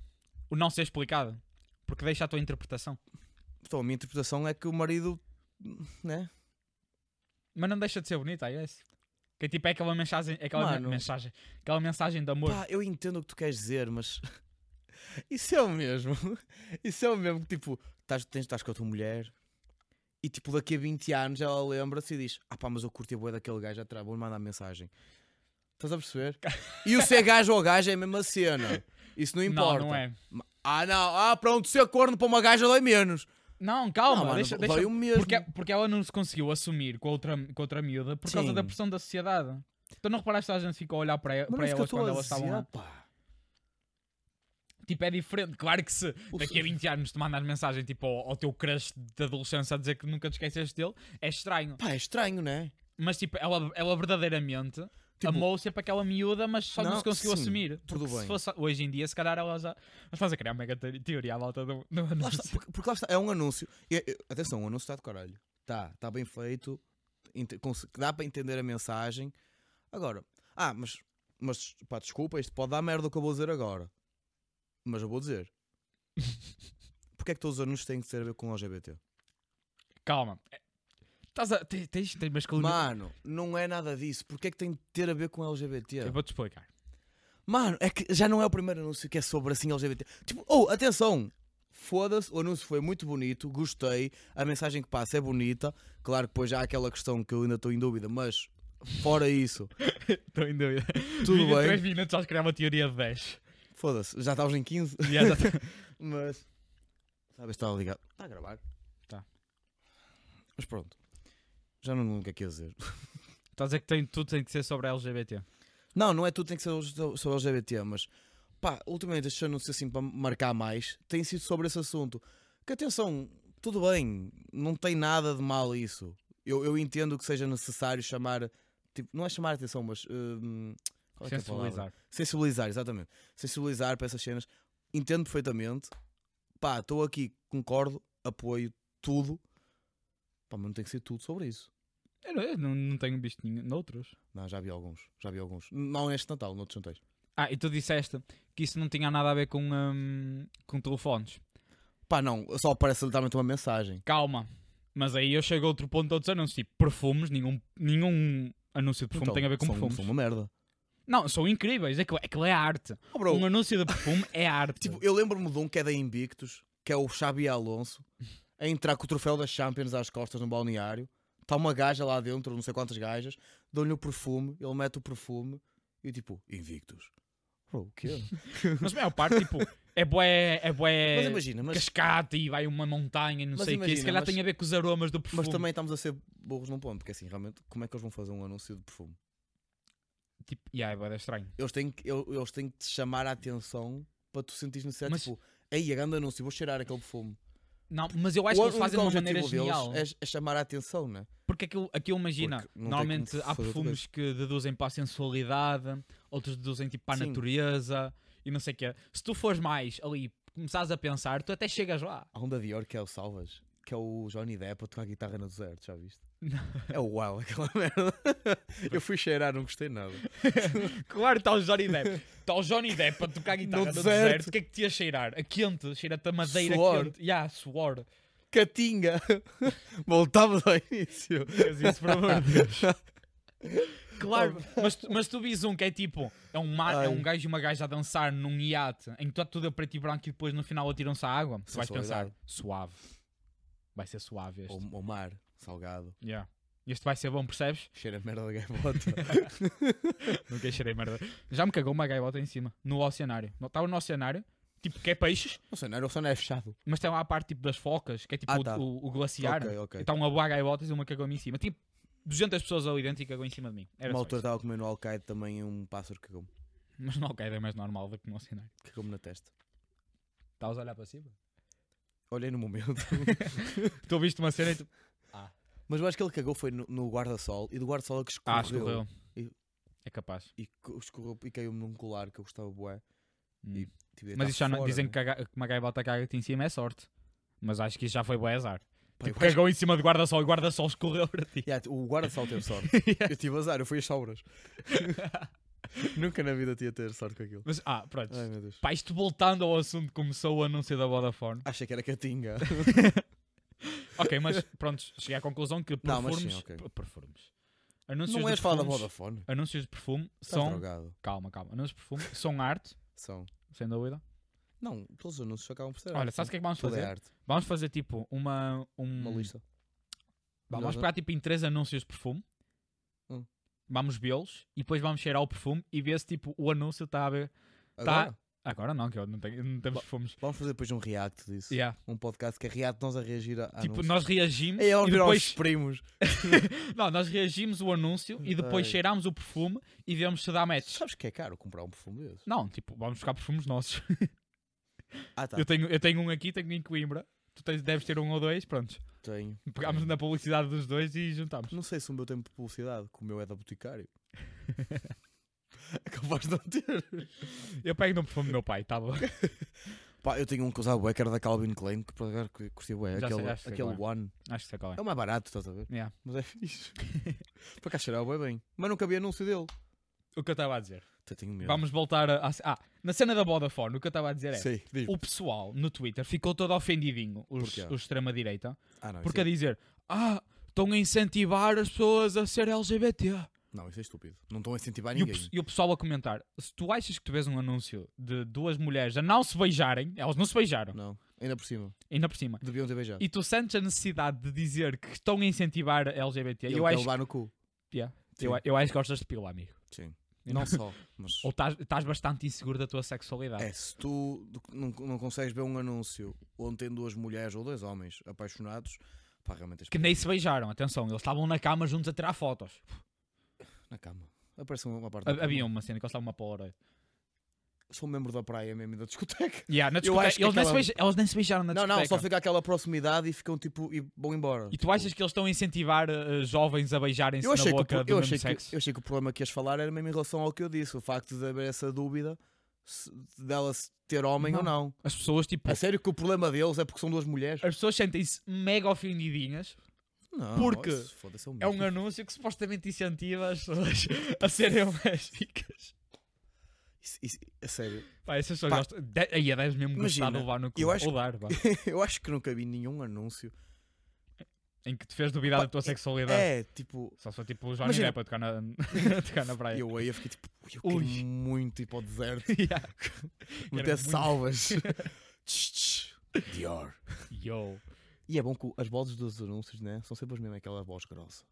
S2: O não ser explicado. Porque deixa a tua interpretação.
S1: então, a minha interpretação é que o marido. Né?
S2: Mas não deixa de ser bonita, é isso. Que tipo é aquela mensagem, é aquela
S1: Mano.
S2: men- mensagem, aquela mensagem de amor.
S1: Pá, eu entendo o que tu queres dizer, mas. [laughs] Isso é o mesmo. [laughs] Isso é o mesmo que tipo, estás, tens, estás com a tua mulher e tipo, daqui a 20 anos ela lembra-se e diz: Ah pá, mas eu curti a boia daquele gajo atrás, vou-lhe mandar mensagem. Estás a
S2: [laughs]
S1: perceber? e o ser gajo ou gajo é a mesma cena. Isso não importa.
S2: Não, não é.
S1: Ah não, ah pronto, ser corno para uma gaja dói menos.
S2: Não, calma,
S1: não, mano,
S2: Ah, deixa,
S1: dói
S2: deixa
S1: o mesmo.
S2: porque, é porque ela não se conseguiu assumir com outra, com outra miúda por causa
S1: Sim.
S2: da pressão da sociedade. Tu não reparaste que a gente ficou a olhar para,
S1: Mas não é
S2: para
S1: isso que eu
S2: elas
S1: estou
S2: quando
S1: a
S2: elas estavam
S1: dizer,
S2: lá?
S1: pá.
S2: Tipo, é diferente. Claro que se
S1: O
S2: daqui a 20 anos te mandas mensagem tipo, ao, ao teu crush de adolescência a dizer que nunca te esqueceste dele, é estranho.
S1: Pá, é estranho, né?
S2: Mas tipo, ela, ela verdadeiramente
S1: Tipo-
S2: amou sempre aquela miúda, mas só não,
S1: Não,
S2: se conseguiu
S1: sim,
S2: assumir.
S1: tudo
S2: Porque se
S1: bem.
S2: fosse hoje em dia, se calhar ela já. Mas estás a criar uma mega teori- teoria à volta do, do
S1: Lá
S2: anúncio.
S1: está, porque, porque lá está, é um anúncio. E- e- atenção, o anúncio está de caralho. Está, está bem feito, ente- cons- dá para entender a mensagem. Agora, ah, mas, mas pá, desculpa, isto pode dar merda o que eu vou dizer agora. Mas eu vou dizer. Porquê é que todos os anúncios têm que ter a ver com LGBT?
S2: Calma. É- Estás a. Tens, tens, tens masculino.
S1: Mano, não é nada disso. Porquê é que tem de ter a ver com LGBT?
S2: Eu vou-te explicar.
S1: Mano, é que já não é o primeiro anúncio que é sobre assim LGBT. Tipo, oh, atenção! Foda-se, o anúncio foi muito bonito, gostei, a mensagem que passa é bonita. Claro que depois já há aquela questão que eu ainda estou em dúvida, mas fora isso, [laughs]
S2: Estou em dúvida. [laughs]
S1: Tudo bem.
S2: 3 minutos já criar uma teoria de 10.
S1: foda-se, já estávamos em 15,
S2: E é exata-
S1: [laughs] mas. Sabe, estava ligado. Está a gravar?
S2: Tá.
S1: Mas pronto, já não lembro o que é que ia dizer.
S2: Estás a dizer que tem, tudo tem que ser sobre a LGBT.
S1: Não, não é tudo tem que ser sobre LGBT, mas pá, ultimamente estes anúncios assim para marcar mais têm sido sobre esse assunto. Que atenção, tudo bem, não tem nada de mal isso. Eu, eu entendo que seja necessário chamar, tipo, não é chamar a atenção, mas hum, qual é que é a palavra?
S2: Sensibilizar.
S1: Sensibilizar, exatamente. Sensibilizar para essas cenas. Entendo perfeitamente. Pá, estou aqui, concordo, apoio tudo. Pá, mas não tem que ser tudo sobre isso.
S2: Eu, não- eu não, não tenho visto nenhum. Noutros.
S1: Não, já vi alguns, já vi alguns. Não este Natal, noutros não tens.
S2: Ah, e tu disseste que isso não tinha nada a ver com, hum, com telefones.
S1: Pá, não, só aparece literalmente uma mensagem.
S2: Calma. Mas aí eu chego a outro ponto de outros anúncios. Tipo, perfumes, nenhum, nenhum anúncio de perfume
S1: Então,
S2: tem a ver com
S1: são-
S2: perfumes.
S1: São uma merda.
S2: Não, são incríveis. Aquilo, aquilo é arte.
S1: Oh, bro,
S2: Um anúncio de perfume é arte.
S1: [laughs] tipo, eu lembro-me de um que é da Invictus, que é o Xabi Alonso, a entrar com o troféu da Champions às costas no balneário. Está uma gaja lá dentro, não sei quantas gajas, dão-lhe o perfume, ele mete o perfume e tipo, Invictus. Bro, o quê?
S2: Mas a maior parte, tipo, é bué, é bué
S1: Mas imagina, mas,
S2: cascata e vai uma montanha e não
S1: Mas
S2: sei o que.
S1: imagina,
S2: Se calhar
S1: mas-
S2: tem a ver com os aromas do perfume.
S1: mas também estamos a ser burros num ponto, porque assim, realmente, como é que eles vão fazer um anúncio de perfume?
S2: Tipo, yeah, é bué da estranho.
S1: Eles têm que, eu- eles têm que te chamar a atenção para tu sentires necessidade,
S2: Mas-
S1: tipo, ei, a grande anúncio, vou cheirar aquele perfume.
S2: Não, mas eu acho que
S1: O
S2: eles
S1: único
S2: fazem de uma maneira
S1: objetivo deles
S2: genial.
S1: É, é chamar a atenção, né?
S2: Porque aquilo, aquilo imagina,
S1: Porque não tem
S2: normalmente
S1: como
S2: há
S1: fazer outra
S2: perfumes que deduzem para a sensualidade, outros deduzem tipo para a
S1: Sim.
S2: natureza e não sei o quê. Se tu fores mais ali, começares a pensar, tu até
S1: [laughs]
S2: chegas lá.
S1: Há um da Dior que é o Salvas, que é o Johnny Depp a tocar guitarra no deserto, já
S2: [laughs]
S1: viste?
S2: Não.
S1: É o uau, aquela merda. Eu fui cheirar, não gostei nada.
S2: Claro,
S1: tá
S2: está o Johnny [laughs] Depp. Está Tá o Johnny Depp a tocar guitarra
S1: No
S2: no, deserto.
S1: deserto.
S2: O que é que te ia cheirar? A quente, cheira-te a madeira
S1: Suor.
S2: quente.
S1: [laughs]
S2: Ya, suor.
S1: Catinga! [laughs] Voltamos ao início.
S2: Fez isso, por [laughs] amor de
S1: [laughs]
S2: Deus. Claro, mas, tu- mas tu vis um que é tipo, é um, mar,
S1: Ai.
S2: é um gajo e uma gaja a dançar num iate em que está tudo a preto e branco e depois no final atiram-se à água. Tu vais pensar,
S1: Sensualidade.
S2: suave. Vai ser suave este.
S1: Ou, ou mar, salgado,
S2: Yeah. Este vai ser bom, percebes?
S1: cheira a merda da gaivota.
S2: [laughs] Nunca cheirei merda. Já me cagou uma gaivota em cima, no oceanário. Não- Estava no oceanário, tipo que é peixes,
S1: não sei, não era o sono é fechado.
S2: mas tem lá a parte tipo das focas, que é tipo
S1: Ah,
S2: o,
S1: tá.
S2: o- o glaciar.
S1: Ok, ok.
S2: Então uma boa gaivotas e uma cagou-me em cima. Tipo, 200 pessoas ali dentro e cagou em cima de mim. Era
S1: Uma
S2: só
S1: altura
S2: isso.
S1: estava a comer no Al-Qaeda também um pássaro que cagou-me
S2: Mas não, ok, é mais normal do que no oceanário.
S1: cagou na testa.
S2: Estavas a olhar para cima?
S1: Olhei no momento. [laughs]
S2: Tu ouviste uma cena e tu...
S1: Mas eu acho que ele cagou foi no, no guarda-sol e do guarda-sol é que escorreu.
S2: Ah, escorreu.
S1: E-
S2: É capaz.
S1: E, co- escorreu e caiu-me num colar que eu gostava bué.
S2: Hum.
S1: Tive de deitar
S2: Mas isso já não...
S1: fora,
S2: Dizem
S1: né?
S2: que, caga... que uma gaivota caga-te em cima é sorte. Mas acho que isso já foi bom azar.
S1: Pá, eu
S2: Tipo,
S1: acho-
S2: cagou em cima de guarda-sol e guarda-sol escorreu para ti.
S1: [laughs] Yeah, o guarda-sol teve
S2: [laughs]
S1: sorte. Eu tive azar, eu fui às sobras. Nunca na vida tinha ter sorte com aquilo.
S2: Mas, ah, pronto.
S1: Ai meu Deus.
S2: Pá, isto voltando ao assunto que começou o anúncio da Vodafone.
S1: Achei que era catinga. [laughs]
S2: Ok, mas pronto, cheguei à conclusão que
S1: Não, mas
S2: perfumes...
S1: sim, ok.
S2: per- Perfumes. Anúncios
S1: não
S2: de
S1: és falar da
S2: perfumes-
S1: Vodafone.
S2: Anúncios de perfume
S1: Estás
S2: são...
S1: drogado.
S2: Calma, calma. Anúncios de perfume são arte,
S1: São.
S2: sem dúvida.
S1: Não, todos os anúncios acabam por ser
S2: Olha,
S1: arte.
S2: sabes o que é que vamos
S1: Tudo é
S2: fazer?
S1: arte.
S2: Vamos fazer tipo uma... Um...
S1: Uma lista.
S2: Vá,
S1: Melhor
S2: vamos
S1: já.
S2: pegar tipo em três anúncios de perfume.
S1: Hum.
S2: Vamos vê-los e depois vamos cheirar o perfume e ver se tipo o anúncio está a ver. Tá.
S1: Agora,
S2: Agora não, que eu não, tenho, não temos
S1: Ba-
S2: perfumes.
S1: vamos fazer depois um react disso.
S2: Yeah.
S1: Um podcast que é react nós a reagir a a
S2: Tipo,
S1: anúncios.
S2: nós reagimos
S1: É
S2: e
S1: óbvio aos
S2: depois.
S1: primos.
S2: [laughs] Não, nós reagimos o anúncio e depois
S1: Ai.
S2: cheiramos o perfume e vemos se dá match.
S1: Sabes que é caro comprar um perfume desses?
S2: Não, tipo, vamos buscar perfumes nossos.
S1: Ah, tá.
S2: [laughs] Eu, tenho, eu tenho um aqui, tenho um em Coimbra. Tu tens, deves ter um ou dois, pronto.
S1: Tenho.
S2: Pegámos na publicidade dos dois e juntámos.
S1: Não sei se o meu tempo de publicidade, que o meu é da Boticário. [laughs] é capaz de não ter.
S2: Eu pego no perfume do meu pai,
S1: [laughs]
S2: tá bom.
S1: Pá, eu tenho um que usava bué, que era da Calvin Klein, que por acaso cu- curti bué,
S2: Já sei,
S1: aquele,
S2: já sei
S1: aquele
S2: qual
S1: One.
S2: Acho que sei qual é.
S1: É o mais barato, estás a ver?
S2: Yeah.
S1: Mas é
S2: [laughs]
S1: fixe. por acaso cheirava bué bem. Mas nunca vi anúncio dele.
S2: O que eu estava a dizer.
S1: Até tenho medo.
S2: Vamos voltar a. a- Ah, na cena da Vodafone, o que eu estava a dizer é.
S1: Sei, diz
S2: O pessoal no Twitter ficou todo ofendidinho, os,
S1: Tipo, Porquê?
S2: os extrema-direita,
S1: Ah, não,
S2: porque a
S1: isso é...
S2: dizer: Ah, estão a incentivar as pessoas a ser LGBT.
S1: não, isso é estúpido. Não estão a incentivar
S2: E o,
S1: ninguém.
S2: pe- e o pessoal a comentar: Se tu achas que tu vês um anúncio de duas mulheres a não se beijarem, elas não se beijaram,
S1: Não, ainda por cima.
S2: ainda por cima,
S1: Deviam ter beijado.
S2: e tu sentes a necessidade de dizer que estão a incentivar a LGBT,
S1: Ele
S2: eu
S1: quer
S2: acho,
S1: levar no cu.
S2: Yeah.
S1: Sim.
S2: eu, eu acho que gostas de pílula, amigo.
S1: Sim. Não só, mas...
S2: Ou estás- estás bastante inseguro da tua sexualidade.
S1: É, se tu não, não consegues ver um anúncio onde tem duas mulheres ou dois homens apaixonados, pá, realmente tens
S2: Que nem se beijaram, atenção, eles estavam na cama juntos a tirar fotos.
S1: na cama. Aparece uma parte. da
S2: Ha-
S1: cama.
S2: Havia uma cena que eles estavam uma polaroid.
S1: Sou um membro da praia mesmo e da discoteca.
S2: Yeah, na
S1: Eu
S2: discoteca-
S1: acho que
S2: eles, nem se
S1: aquela-
S2: beija- eles nem se beijaram na
S1: não,
S2: discoteca.
S1: não, só fica aquela proximidade e ficam tipo e vão embora.
S2: E tu
S1: Tipo,
S2: achas que eles estão a incentivar eh, jovens a beijarem-se
S1: eu achei,
S2: na
S1: que, o
S2: boca
S1: pro-
S2: do
S1: eu,
S2: mesmo
S1: achei
S2: sexo?
S1: que, eu achei que o problema que ias falar era mesmo em relação ao que eu disse, o facto de haver essa dúvida se- dela se ter homem ou não.
S2: As pessoas, tipo,
S1: A
S2: as
S1: sério que o problema deles é porque são duas mulheres?
S2: pessoas sentem-se mega ofendidinhas.
S1: Não,
S2: porque
S1: isso, foda-se, é um
S2: É um [laughs] anúncio que supostamente incentiva as pessoas a serem lésbicas.
S1: Isso- isso- a sério. [laughs]
S2: Pá, essas pessoas
S1: Pá,
S2: gostam. De... Aí é deves mesmo gostar de
S1: imagina,
S2: levar no cu.
S1: eu acho
S2: Ou dar, vá.
S1: Eu acho que nunca vi nenhum anúncio.
S2: Em que te fez duvidar
S1: Pá,
S2: da tua
S1: é-
S2: sexualidade.
S1: É, tipo.
S2: Só sou tipo o Johnny
S1: Imagina-
S2: Depp a tocar na, [laughs] a tocar
S1: [laughs]
S2: na praia.
S1: E eu aí eu fiquei tipo, "Ui, eu quero
S2: Ui.
S1: muito ir para o deserto.
S2: [laughs] Yeah.
S1: Meter
S2: muito. [laughs]
S1: salvas. Tch, tch, Dior.
S2: Yo.
S1: E é bom que as vozes dos anúncios, né? São sempre as mesmas, aquela voz grossa.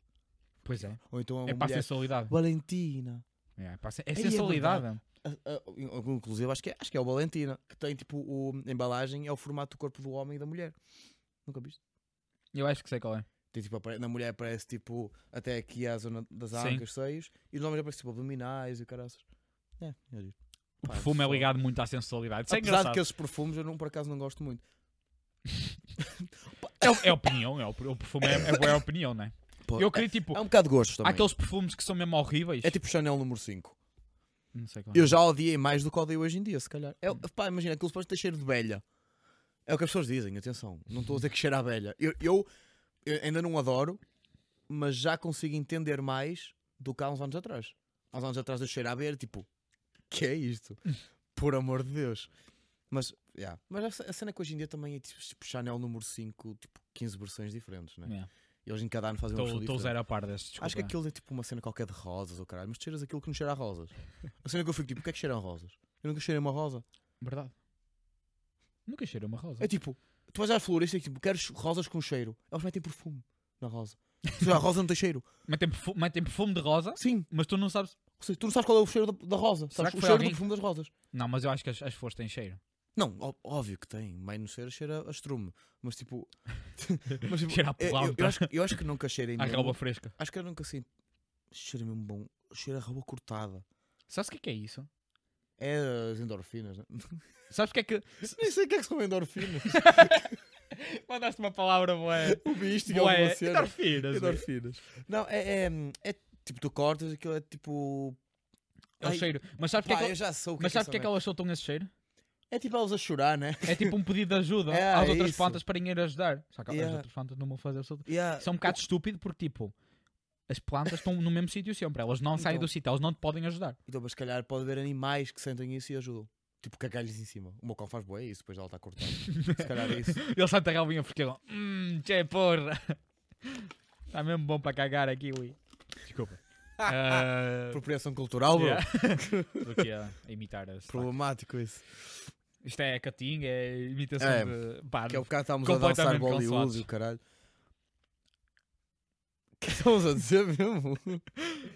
S2: Pois é.
S1: Ou então uma
S2: É para a
S1: mulher,
S2: sensualidade.
S1: Valentina.
S2: Yeah, é para a sen- é
S1: verdade.
S2: sensualidade.
S1: A- a- o- Inclusive, acho que, é, acho que é o Valentina, que tem tipo o, a embalagem, é o formato do corpo do homem e da mulher. Nunca viste?
S2: Eu acho que sei qual é.
S1: Tem, tipo, apare- na mulher aparece tipo até aqui à zona das
S2: Sim.
S1: ancas, seios, e nos homens aparece tipo abdominais e o caraças. É, é giro.
S2: O
S1: Pá,
S2: perfume é
S1: pessoal.
S2: ligado muito à sensualidade. Isso é
S1: Apesar de
S2: engraçado.
S1: que esses perfumes eu não, por acaso não gosto muito.
S2: É, o- é opinião. É o, o perfume é, é, boa opinião, não é?
S1: Pô,
S2: Eu queria tipo.
S1: é um bocado de gosto
S2: Há
S1: também.
S2: aqueles perfumes que são mesmo horríveis.
S1: É tipo Chanel número 5.
S2: Não sei qual é.
S1: Eu já odiei mais do que odeio hoje em dia, se calhar. É, pá, imagina, aquilo depois tem cheiro de velha. É o que as pessoas dizem, atenção. Não estou a dizer que cheira a velha. Eu, eu- eu ainda não adoro, mas já consigo entender mais do que há uns anos atrás. Há uns anos atrás eu cheirava e era tipo, que é isto? Por amor de Deus. Mas, yeah. mas a ce- a cena é que hoje em dia também é tipo, tipo Chanel número 5, tipo 15 versões diferentes, né?
S2: Yeah.
S1: E eles em cada ano fazem uma versão
S2: Estou
S1: diferente.
S2: zero a par desses. Desculpa.
S1: Acho que aquilo é tipo uma cena qualquer de rosas ou caralho, mas tu cheiras aquilo que não cheira a rosas. A cena que eu fico tipo, o que é que cheira a rosas? Eu nunca cheirei uma rosa.
S2: Verdade. Nunca cheirei uma rosa.
S1: É tipo, tu vais à florista e tipo, queres rosas com cheiro. Elas metem perfume na rosa. Ou seja, a rosa não tem cheiro.
S2: Metem, perfu- metem perfume de rosa,
S1: Sim,
S2: mas tu não sabes.
S1: ou seja, tu não sabes qual é o cheiro da, da rosa.
S2: Será
S1: Sabes
S2: que
S1: o
S2: foi
S1: cheiro
S2: alguém-
S1: do perfume das rosas.
S2: Não, mas eu acho que as, as flores têm cheiro.
S1: Não, ó- óbvio que tem. Mãe não cheira, cheira a estrume. Mas tipo. [laughs] mas, tipo,
S2: Cheira a
S1: eu, eu,
S2: planta.
S1: eu acho, eu acho que nunca cheirei
S2: [laughs] Há relva
S1: mesmo.
S2: fresca.
S1: Acho que eu nunca assim. Cheira mesmo bom. Cheira a roupa cortada.
S2: Sabes o que é que é isso?
S1: É as endorfinas, né? [laughs]
S2: Sabes o que é que.
S1: Nem sei o que é que são endorfinas.
S2: Mandaste uma palavra boa. [laughs]
S1: O bicho e
S2: Boé,
S1: alguma cena.
S2: endorfinas. bué.
S1: Endorfinas. Não, é, é, é tipo, tu cortas, aquilo é tipo.
S2: É o
S1: Ai,
S2: cheiro. Mas sabes o que é
S1: Pá,
S2: que,
S1: eu já sou o que
S2: mas
S1: é
S2: sabes porque é que
S1: essa merda.
S2: elas soltam esse cheiro?
S1: É tipo elas a chorar,
S2: [laughs]
S1: né?
S2: É tipo um pedido de ajuda
S1: [laughs] É,
S2: às
S1: é
S2: outras
S1: isso.
S2: plantas para ir ajudar. Só que as
S1: Yeah.
S2: outras plantas não vão fazer isso.
S1: Yeah.
S2: Isso é um bocado estúpido porque, tipo, as plantas estão no mesmo sítio sempre. Elas não saem
S1: Então.
S2: do sítio, elas não te podem ajudar.
S1: Então, mas se calhar pode haver animais que sentem isso e ajudam. Tipo, cagalhos em cima. O meu cão faz boa, é isso, depois ela está cortada. se calhar
S2: [laughs]
S1: é isso.
S2: Ele sai da relvinha porque ele. Hum, che porra! [laughs] Está mesmo bom para cagar aqui, ui. Desculpa.
S1: [laughs]
S2: Ah,
S1: Apropriação cultural, bro.
S2: yeah. [laughs] Estou aqui a imitar as.
S1: Problemático
S2: [laughs]
S1: isso.
S2: Isto é cutting, é imitação
S1: É,
S2: de. Pá,
S1: Que é o bocado estávamos a dançar
S2: Completamente
S1: Bollywood
S2: cancelados.
S1: e o caralho. [laughs] O que estamos a dizer mesmo? O que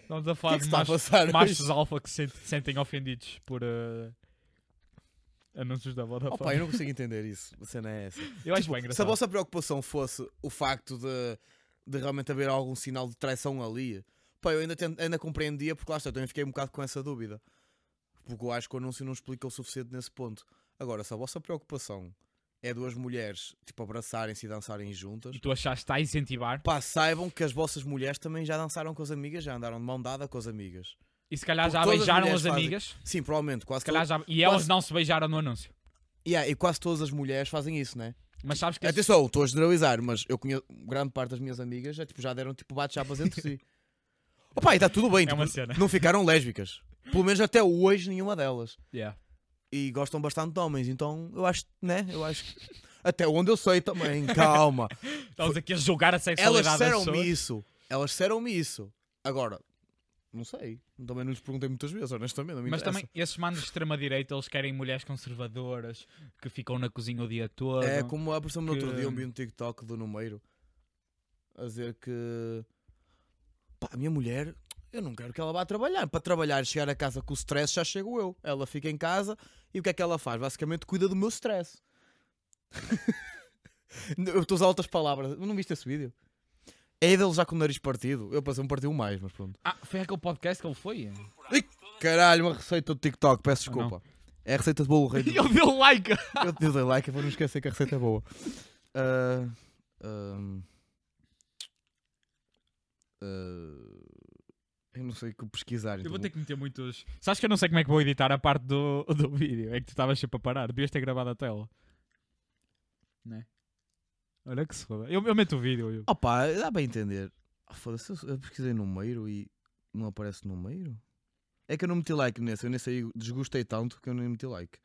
S2: estamos a
S1: é
S2: falar
S1: que
S2: de
S1: está a
S2: machos,
S1: passar hoje?
S2: machos alfa que se sent- sentem ofendidos por ah, anúncios da Vodafone.
S1: Opa, eu não consigo entender isso. A cena é essa.
S2: eu
S1: Tipo,
S2: acho bem
S1: Se a
S2: engraçado.
S1: vossa preocupação fosse o facto de, de realmente haver algum sinal de traição ali, pá, eu ainda, ten- ainda compreendia, porque lá está, eu também fiquei um bocado com essa dúvida. Porque eu acho que o anúncio não explica o suficiente nesse ponto. Agora, se a vossa preocupação é duas mulheres, tipo, abraçarem-se e dançarem juntas,
S2: E tu achaste que está a incentivar.
S1: pá, saibam que as vossas mulheres também já dançaram com as amigas, já andaram de mão dada com as amigas.
S2: E se calhar
S1: Porque
S2: já
S1: todas as
S2: beijaram as
S1: mulheres fazem.
S2: amigas.
S1: Sim, provavelmente, quase
S2: Se calhar
S1: todas,
S2: já... E elas
S1: Quase-
S2: não se beijaram no anúncio.
S1: Yeah, e quase todas as mulheres fazem isso, né?
S2: Mas sabes que. isso-
S1: Atenção, estou a generalizar, mas eu conheço grande parte das minhas amigas já, tipo, já deram tipo bate-chapas entre [laughs] si. Opa, e está tudo bem,
S2: É
S1: tipo,
S2: uma cena.
S1: não ficaram lésbicas. Pelo menos até hoje nenhuma delas.
S2: Yeah.
S1: E gostam bastante de homens, então eu acho, né? Eu acho que- [laughs] até onde eu sei também,
S2: [laughs]
S1: calma.
S2: Estamos aqui a julgar a
S1: Elas
S2: sexualidade das
S1: disseram-me
S2: pessoas.
S1: isso. Elas disseram-me isso. Agora, não sei. Também não lhes perguntei muitas vezes, honestamente. Não me
S2: Mas
S1: interessa.
S2: também, esses manos de extrema-direita, eles querem mulheres conservadoras que ficam na cozinha o dia todo.
S1: É como apareceu-me no outro
S2: que-
S1: dia, eu vi um TikTok do Numeiro a dizer que pá, a minha mulher, eu não quero que ela vá trabalhar. Para trabalhar, e chegar a casa com o stress, já chego eu. Ela fica em casa e o que é que ela faz? Basicamente, cuida do meu stress. [laughs] eu estou a usar outras palavras. Não viste esse vídeo? É dele já com o nariz partido. Eu passei um partiu mais, mas pronto.
S2: Ah, foi aquele podcast que
S1: [laughs]
S2: ele foi?
S1: Ih, caralho, uma receita do TikTok, peço
S2: Ah, não.
S1: desculpa. é a receita de bolo
S2: [laughs]
S1: rei do
S2: Ele deu
S1: [laughs]
S2: like!
S1: eu, eu dei like, eu vou não esquecer que a receita é boa. Ah, ahm, ah, eu não sei o que pesquisar.
S2: Eu
S1: então
S2: vou ter que meter muitos. Sabes que eu não sei como é que vou editar a parte do, [laughs] do vídeo? É que tu estavas sempre a parar, devias ter gravado a tela. Né? Olha que se foda. Eu, eu meto o vídeo. eu-
S1: Opa, dá para entender. Ah, Foda-se, eu- eu pesquisei no meiro e não aparece no meiro? É que eu não meti like nesse, eu nesse aí desgostei tanto que eu nem meti like.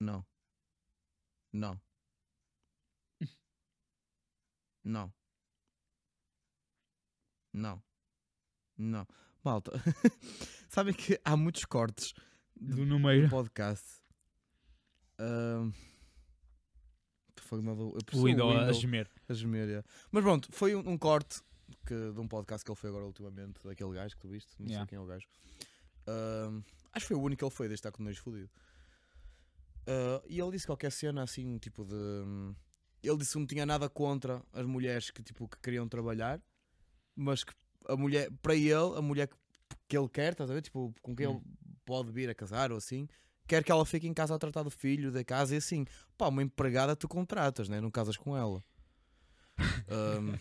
S1: Não. Não. Não. Não. Não. Malta, [laughs] sabem que há muitos cortes
S2: Do
S1: do
S2: número.
S1: podcast. Ahm, Foi mal, eu
S2: O Windows a
S1: Windows.
S2: gemer.
S1: A gemer, é. Mas pronto, foi um, um corte que, de um podcast que ele foi agora ultimamente, daquele gajo que tu viste, não
S2: Yeah.
S1: sei quem é o gajo. Ahm, acho que foi o único que ele foi, desde que está com o nariz fodido. Ah, e ele disse qualquer cena assim, tipo de. hum, Ele disse que não tinha nada contra as mulheres que, tipo, que queriam trabalhar, mas que a mulher, para ele, a mulher que, que ele quer, estás a ver? Tipo, com quem ele pode vir a casar ou assim, quer que ela fique em casa a tratar do filho, da casa e assim. Pá, uma empregada tu contratas, né? Não casas com ela. Ahm,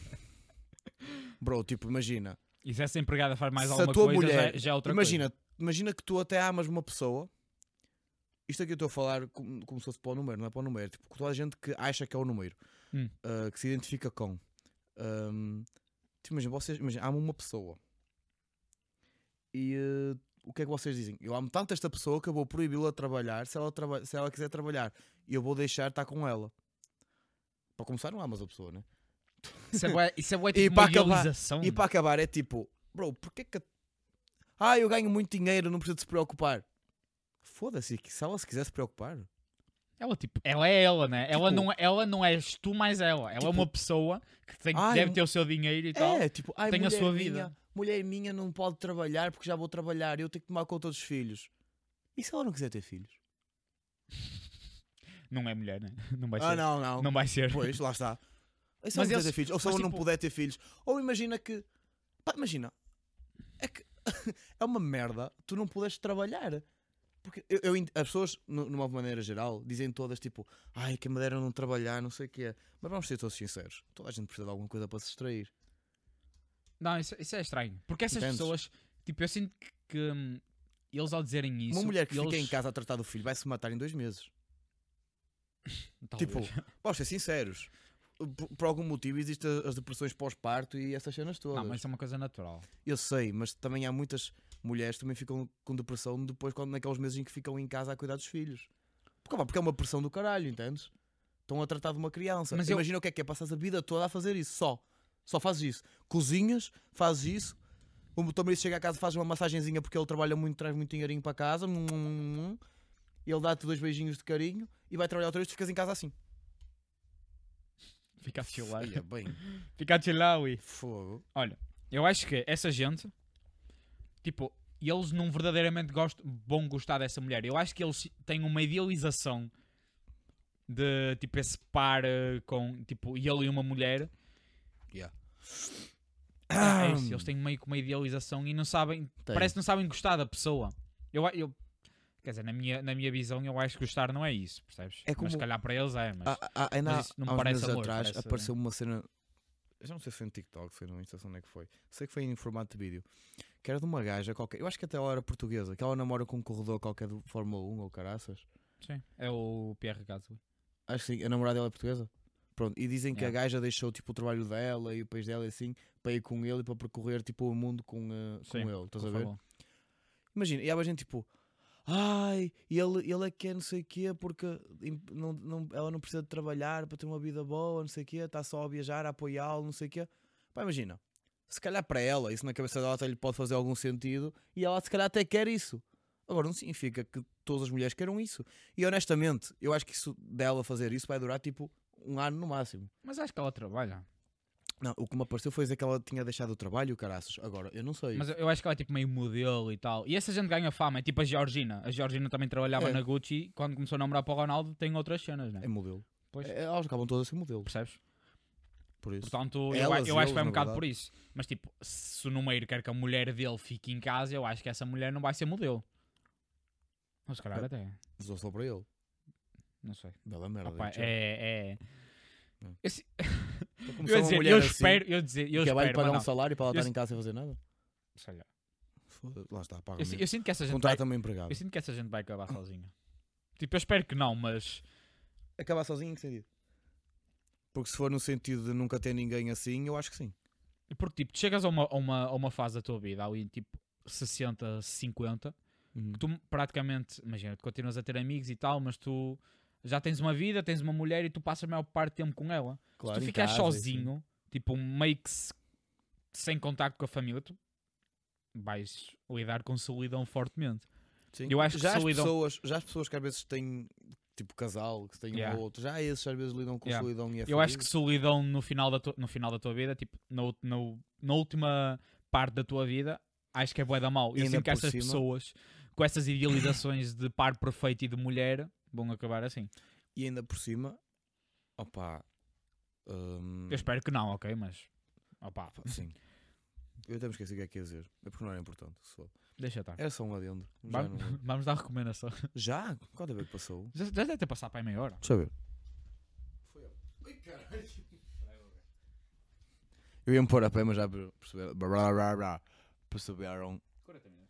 S1: bro, tipo, imagina.
S2: E se essa empregada faz mais
S1: Se a
S2: alguma
S1: tua
S2: coisa,
S1: mulher-
S2: já, já é outra coisa.
S1: imagina, imagina que tu até amas uma pessoa. Isto aqui eu estou a falar como, como se fosse para o número, não é para o número. Tipo, toda a gente que acha que é o número,
S2: Hum.
S1: ah, que se identifica com. Ahm, tipo, imagina, vocês imagina, amam uma pessoa. E ah, o que é que vocês dizem? Eu amo tanto esta pessoa que eu vou proibi-la de trabalhar se ela, traba se ela quiser trabalhar. E eu vou deixar estar com ela. Para começar, não amas a pessoa, né?
S2: Isso é bué, isso é
S1: [laughs]
S2: bué
S1: E
S2: tipo
S1: para
S2: uma
S1: acabar-
S2: idealização.
S1: E para acabar é tipo, bro, porquê que. a- Ah, eu ganho muito dinheiro, não preciso de se preocupar. Foda-se, que se ela se quiser se preocupar.
S2: Ela, tipo, ela é ela, né? ela,
S1: Tipo-
S2: não, ela não é- és tu mais ela. Ela é
S1: Tipo-
S2: uma pessoa que tem,
S1: Ai,
S2: deve ter o seu dinheiro e tal.
S1: É, tipo, ai,
S2: tem a
S1: mulher
S2: sua
S1: minha,
S2: vida.
S1: Mulher minha não pode trabalhar porque já vou trabalhar, eu tenho que tomar conta dos filhos. E se ela não quiser ter filhos?
S2: Não é mulher, né? [laughs] Não vai
S1: ah,
S2: ser.
S1: não, não.
S2: Não vai ser.
S1: Pois, lá está. E se ela
S2: Mas
S1: não quiser
S2: [laughs] eles-
S1: ter filhos? Ou se
S2: mas
S1: ela não
S2: tipo-
S1: puder ter filhos? Ou imagina que. Pá, imagina. É que. [laughs] é uma merda tu não puderes trabalhar. Porque eu, eu ent- as pessoas, nu- numa maneira geral, dizem todas tipo, ai, que me deram não trabalhar, não sei o quê. Mas vamos ser todos sinceros, toda a gente precisa de alguma coisa para se distrair.
S2: Não, isso, isso é estranho. Porque essas
S1: Entendes?
S2: pessoas, tipo, eu sinto que, que, hum, eles ao dizerem isso.
S1: uma mulher que
S2: eles...
S1: fica em casa a tratar do filho vai se matar em dois meses.
S2: Talvez.
S1: Tipo, vamos ser sinceros. Por, por algum motivo existem as depressões pós-parto e essas cenas todas.
S2: [laughs] Não, mas isso é uma coisa natural.
S1: Eu sei, mas também há muitas mulheres que também ficam com depressão depois quando naqueles meses em que ficam em casa a cuidar dos filhos. Porque, opá, porque é uma pressão do caralho, entendes? Estão a tratar de uma criança.
S2: Mas eu-
S1: Imagina o que é que é passar a vida toda a fazer isso, só. Só fazes isso. Cozinhas, fazes isso. O meu marido chega a casa, faz uma massagenzinha porque ele trabalha muito, traz muito dinheirinho para casa. Hum, hum, hum. E ele dá-te dois beijinhos de carinho e vai trabalhar outra vez, tu ficas em casa assim.
S2: Fica a chilar.
S1: Olha, bem,
S2: Fica a chilar, ui.
S1: fogo.
S2: Eu acho que essa gente, tipo, eles não verdadeiramente gostam, vão gostar dessa mulher. Eu acho que eles têm uma idealização de, tipo, esse par eh, com, tipo, ele e uma mulher.
S1: Yeah.
S2: Ah,
S1: [clears throat]
S2: é isso, eles têm meio que uma idealização e não sabem,
S1: Tem.
S2: parece que não sabem gostar da pessoa. Eu, a- eu quer dizer, na minha, na minha visão, eu acho que gostar não é isso, percebes?
S1: É como- Ah.
S2: Mas se calhar para eles é, mas.
S1: Há- há- ainda
S2: mas isso não
S1: há uns
S2: parece
S1: meses
S2: amor,
S1: atrás
S2: parece- né?
S1: apareceu uma cena. Eu já não sei se foi no TikTok, se foi no Insta, se onde é que foi. Sei que foi em formato de vídeo. Que era de uma gaja qualquer. Eu acho que até ela era portuguesa. Que ela namora com um corredor qualquer do Fórmula 1 ou caraças.
S2: Sim, é o Pierre Gasly.
S1: Acho que sim, a namorada dela é portuguesa. Pronto, e dizem que
S2: Yeah.
S1: a gaja deixou tipo, o trabalho dela e o país dela e assim para ir com ele e para percorrer tipo, o mundo com, eh, com
S2: Sim,
S1: ele. Estás a
S2: por
S1: ver?
S2: favor.
S1: Imagina, e há gente tipo, ai, ele, ele é que é não sei o quê, porque im- não, não, ela não precisa de trabalhar para ter uma vida boa, não sei o quê, está só a viajar, a apoiá-lo, não sei o quê. Pá, imagina, se calhar para ela, isso na cabeça dela até lhe pode fazer algum sentido, e ela se calhar até quer isso. Agora, não significa que todas as mulheres queiram isso. E honestamente, eu acho que isso dela fazer isso vai durar tipo um ano no máximo.
S2: Mas acho que ela trabalha.
S1: Não, o que me apareceu foi dizer que ela tinha deixado o trabalho, caraças. Agora, eu não sei.
S2: Mas eu- eu acho que ela é tipo meio modelo e tal. E essa gente ganha fama, é tipo a Georgina. A Georgina também trabalhava
S1: É.
S2: na Gucci e quando começou a namorar para o Ronaldo tem outras cenas, né?
S1: É modelo.
S2: Pois.
S1: É, Elas acabam todas a ser modelo,
S2: Percebes?
S1: por isso.
S2: Portanto, eu,
S1: Elas,
S2: eu acho
S1: eles,
S2: que vai um
S1: na
S2: bocado
S1: verdade.
S2: por isso. Mas tipo, se o Numeiro quer que a mulher dele fique em casa, eu acho que essa mulher não vai ser modelo. Ou se calhar
S1: É.
S2: até.
S1: Mas eu sou para ele.
S2: Não sei.
S1: Bela merda.
S2: Opa,
S1: digo-te já.
S2: é, é.
S1: Hum.
S2: Eu, se-
S1: Então,
S2: eu
S1: como
S2: ia
S1: se uma
S2: dizer,
S1: mulher
S2: eu
S1: assim,
S2: espero, eu dizer, eu
S1: que vai
S2: espero, mas
S1: pagar um
S2: não.
S1: salário para ela
S2: Eu
S1: estar
S2: se-
S1: em casa sem fazer nada?
S2: Sei lá.
S1: Foda-se, Lá está,
S2: Eu
S1: paga um
S2: se- eu sinto que essa gente vai,
S1: Contrata uma empregada.
S2: eu sinto que essa gente vai acabar sozinha. Tipo, eu espero que não, mas
S1: Acabar sozinho, em que sentido? Porque se for no sentido de nunca ter ninguém assim, eu acho que sim.
S2: Porque, tipo, tu chegas a uma, a, uma, a uma fase da tua vida, ali, tipo, 60, 50,
S1: Uhum.
S2: que tu praticamente, imagina, tu continuas a ter amigos e tal, mas tu já tens uma vida, tens uma mulher e tu passas a maior parte do tempo com ela.
S1: Claro,
S2: se
S1: em
S2: tu ficares
S1: casa,
S2: sozinho, tipo, meio que se- sem contacto com a família, tu vais lidar com solidão fortemente.
S1: Sim.
S2: Eu acho que
S1: já as,
S2: solidão-
S1: pessoas, já as pessoas que às vezes têm tipo casal, que têm um
S2: Yeah.
S1: ou outro, já esses às vezes lidam com
S2: Yeah.
S1: solidão e é
S2: Eu acho que
S1: fodido.
S2: solidão no final da, tua- no final da tua vida, tipo, na, ult- na, u- na última parte da tua vida, acho que é bué da mal.
S1: E
S2: Eu
S1: ainda
S2: sinto que
S1: por
S2: essas
S1: cima-
S2: pessoas, com essas idealizações de par perfeito e de mulher, vão acabar assim.
S1: E ainda por cima, opá. hum,
S2: Eu espero que não, ok? Mas, opá,
S1: pá, sim. Eu até me esqueci o que é que ia dizer. É porque não era importante. se for.
S2: deixa estar.
S1: Era só um adendo. Já?
S2: Vamos,
S1: Não...
S2: [laughs] vamos dar recomendação.
S1: já? Quanto tempo é que passou?
S2: Já, já deve ter passado para aí meia hora.
S1: Deixa eu ver. Eu ia-me pôr a pé, mas já perceberam. Brá, brá, brá. Perceberam.
S2: 40 minutos.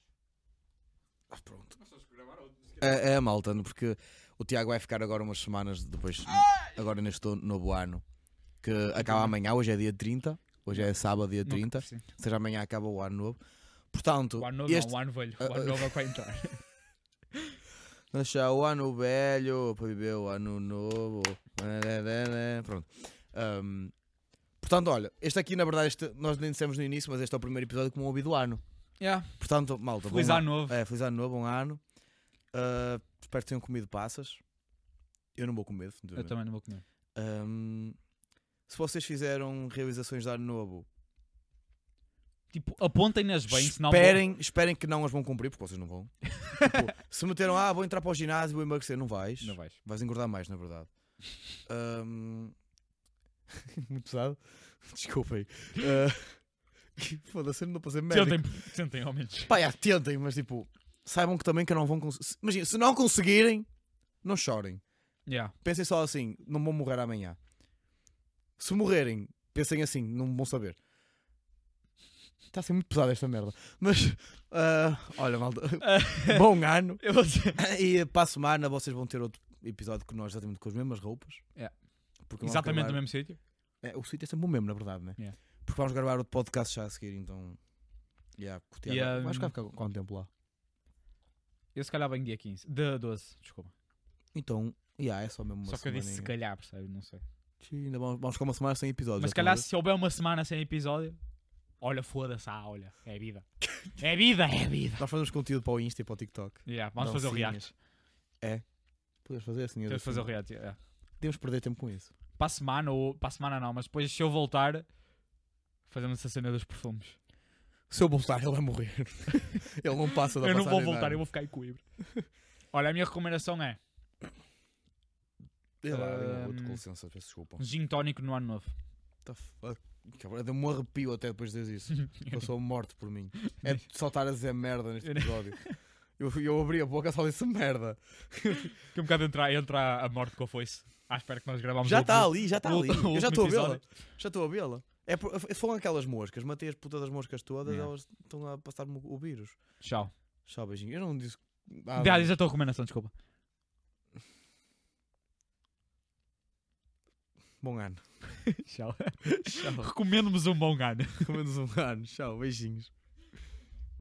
S1: Ah, pronto. É, é a malta, né? porque o Tiago vai ficar agora umas semanas depois, agora neste novo ano, que acaba amanhã, hoje é dia 30, hoje é sábado, dia 30, ou
S2: Sim.
S1: seja, amanhã acaba o ano novo. Portanto,
S2: O ano novo,
S1: este-
S2: não, o ano velho.
S1: Ah,
S2: O
S1: ah.
S2: ano novo é para entrar.
S1: [laughs] Deixar o ano velho para viver o ano novo. Né, né, né, né. Pronto. Ahm, portanto, olha, este aqui, na verdade, este, nós nem dissemos no início, mas este é o primeiro episódio como ouvi do ano.
S2: yeah.
S1: Portanto, malta, bom
S2: Feliz
S1: ano.
S2: ano novo.
S1: É, feliz ano novo, bom ano. Ah, espero que tenham comido passas. Eu não vou comer,
S2: Eu
S1: definitivamente.
S2: também não vou comer.
S1: Ahm, se vocês fizeram realizações de ano novo,
S2: Tipo, apontem-nas bem, senão. vou-
S1: esperem, esperem que não as vão cumprir, porque vocês não vão. [laughs] Tipo, se meteram, ah, vou entrar para o ginásio, vou emagrecer, não vais.
S2: Não vais.
S1: Vais engordar mais, na verdade. Ahm, [laughs] Muito pesado. [laughs] Desculpem. [laughs] Uh... Foda-se, eu não estou a ser médico.
S2: Tentem, tentem, ao menos.
S1: Pá, já, tentem, mas tipo, saibam que também que não vão conseguir. Imagina, se não conseguirem, não chorem.
S2: Yeah.
S1: Pensem só assim, não vão morrer amanhã. Se morrerem, pensem assim, não vão saber. Está a ser muito pesada esta merda. Mas, ah, olha, malta, bom ano.
S2: Eu vou dizer.
S1: [coughs] E para a semana vocês vão ter outro episódio com nós exatamente com as mesmas roupas.
S2: É.
S1: Porque vamos
S2: Exatamente
S1: gravar-
S2: no mesmo sítio.
S1: É, o sítio é sempre o mesmo, na verdade, né?
S2: Yeah.
S1: Porque vamos gravar outro podcast já a seguir, então. Yeah, com o Tiago.
S2: E, um,
S1: Vais ficar com- quanto tempo lá?
S2: Eu se calhar venho dia 15. De 12, desculpa.
S1: Então, yeah, é só mesmo uma
S2: Só que eu disse se
S1: semaninha.
S2: calhar, percebes? Não sei.
S1: Sim, Ainda vamos, vamos ficar uma semana sem episódios.
S2: Mas se
S1: já estão a
S2: calhar
S1: ver?
S2: se houver uma semana sem episódio, olha, foda-se, ah, olha, é vida. [laughs] É vida, é vida.
S1: Nós fazemos conteúdo para o Insta e para o TikTok.
S2: Yeah, vamos fazer o react.
S1: Dancinhas. É. Podemos fazer assim. eu
S2: Temos de fazer o
S1: assim.
S2: react. yeah.
S1: Podemos perder tempo com isso.
S2: Para a semana, ou para a semana não, mas depois se eu voltar, fazemos essa cena dos perfumes.
S1: Se eu voltar, ele vai morrer. [laughs] ele não é? passa da
S2: Eu não vou
S1: passagem de
S2: voltar,
S1: ano.
S2: eu vou ficar em Coimbra. [laughs] Olha, a minha recomendação é
S1: Sei lá, vinha outro,
S2: Ahm,
S1: com licença, peço desculpa.
S2: um gin tónico no ano novo.
S1: What the fuck? Cabra, Deu-me um arrepio até depois de dizer
S2: [laughs]
S1: isso. Eu sou morto por mim. É de só estar a dizer merda neste
S2: Eu nem-
S1: episódio. Eu, eu abri a boca só disse merda.
S2: Que um bocado entra, entra a morte com a foice. Ah, espero que nós gravamos
S1: Já
S2: o
S1: está
S2: último-
S1: ali, já está
S2: o
S1: ali.
S2: último
S1: Eu já estou a vê-la.
S2: episódio.
S1: Já estou a vê-la. É por- foram aquelas moscas, matei as putas das moscas todas,
S2: Yeah.
S1: elas estão a passar-me o vírus.
S2: Tchau.
S1: Tchau, beijinho. Eu não disse.
S2: Ah,
S1: nada.
S2: já estou a recomendação, desculpa.
S1: Bom ano. [laughs]
S2: Tchau. Recomendo-vos um bom ano.
S1: Pelo menos um ano. Tchau, beijinhos.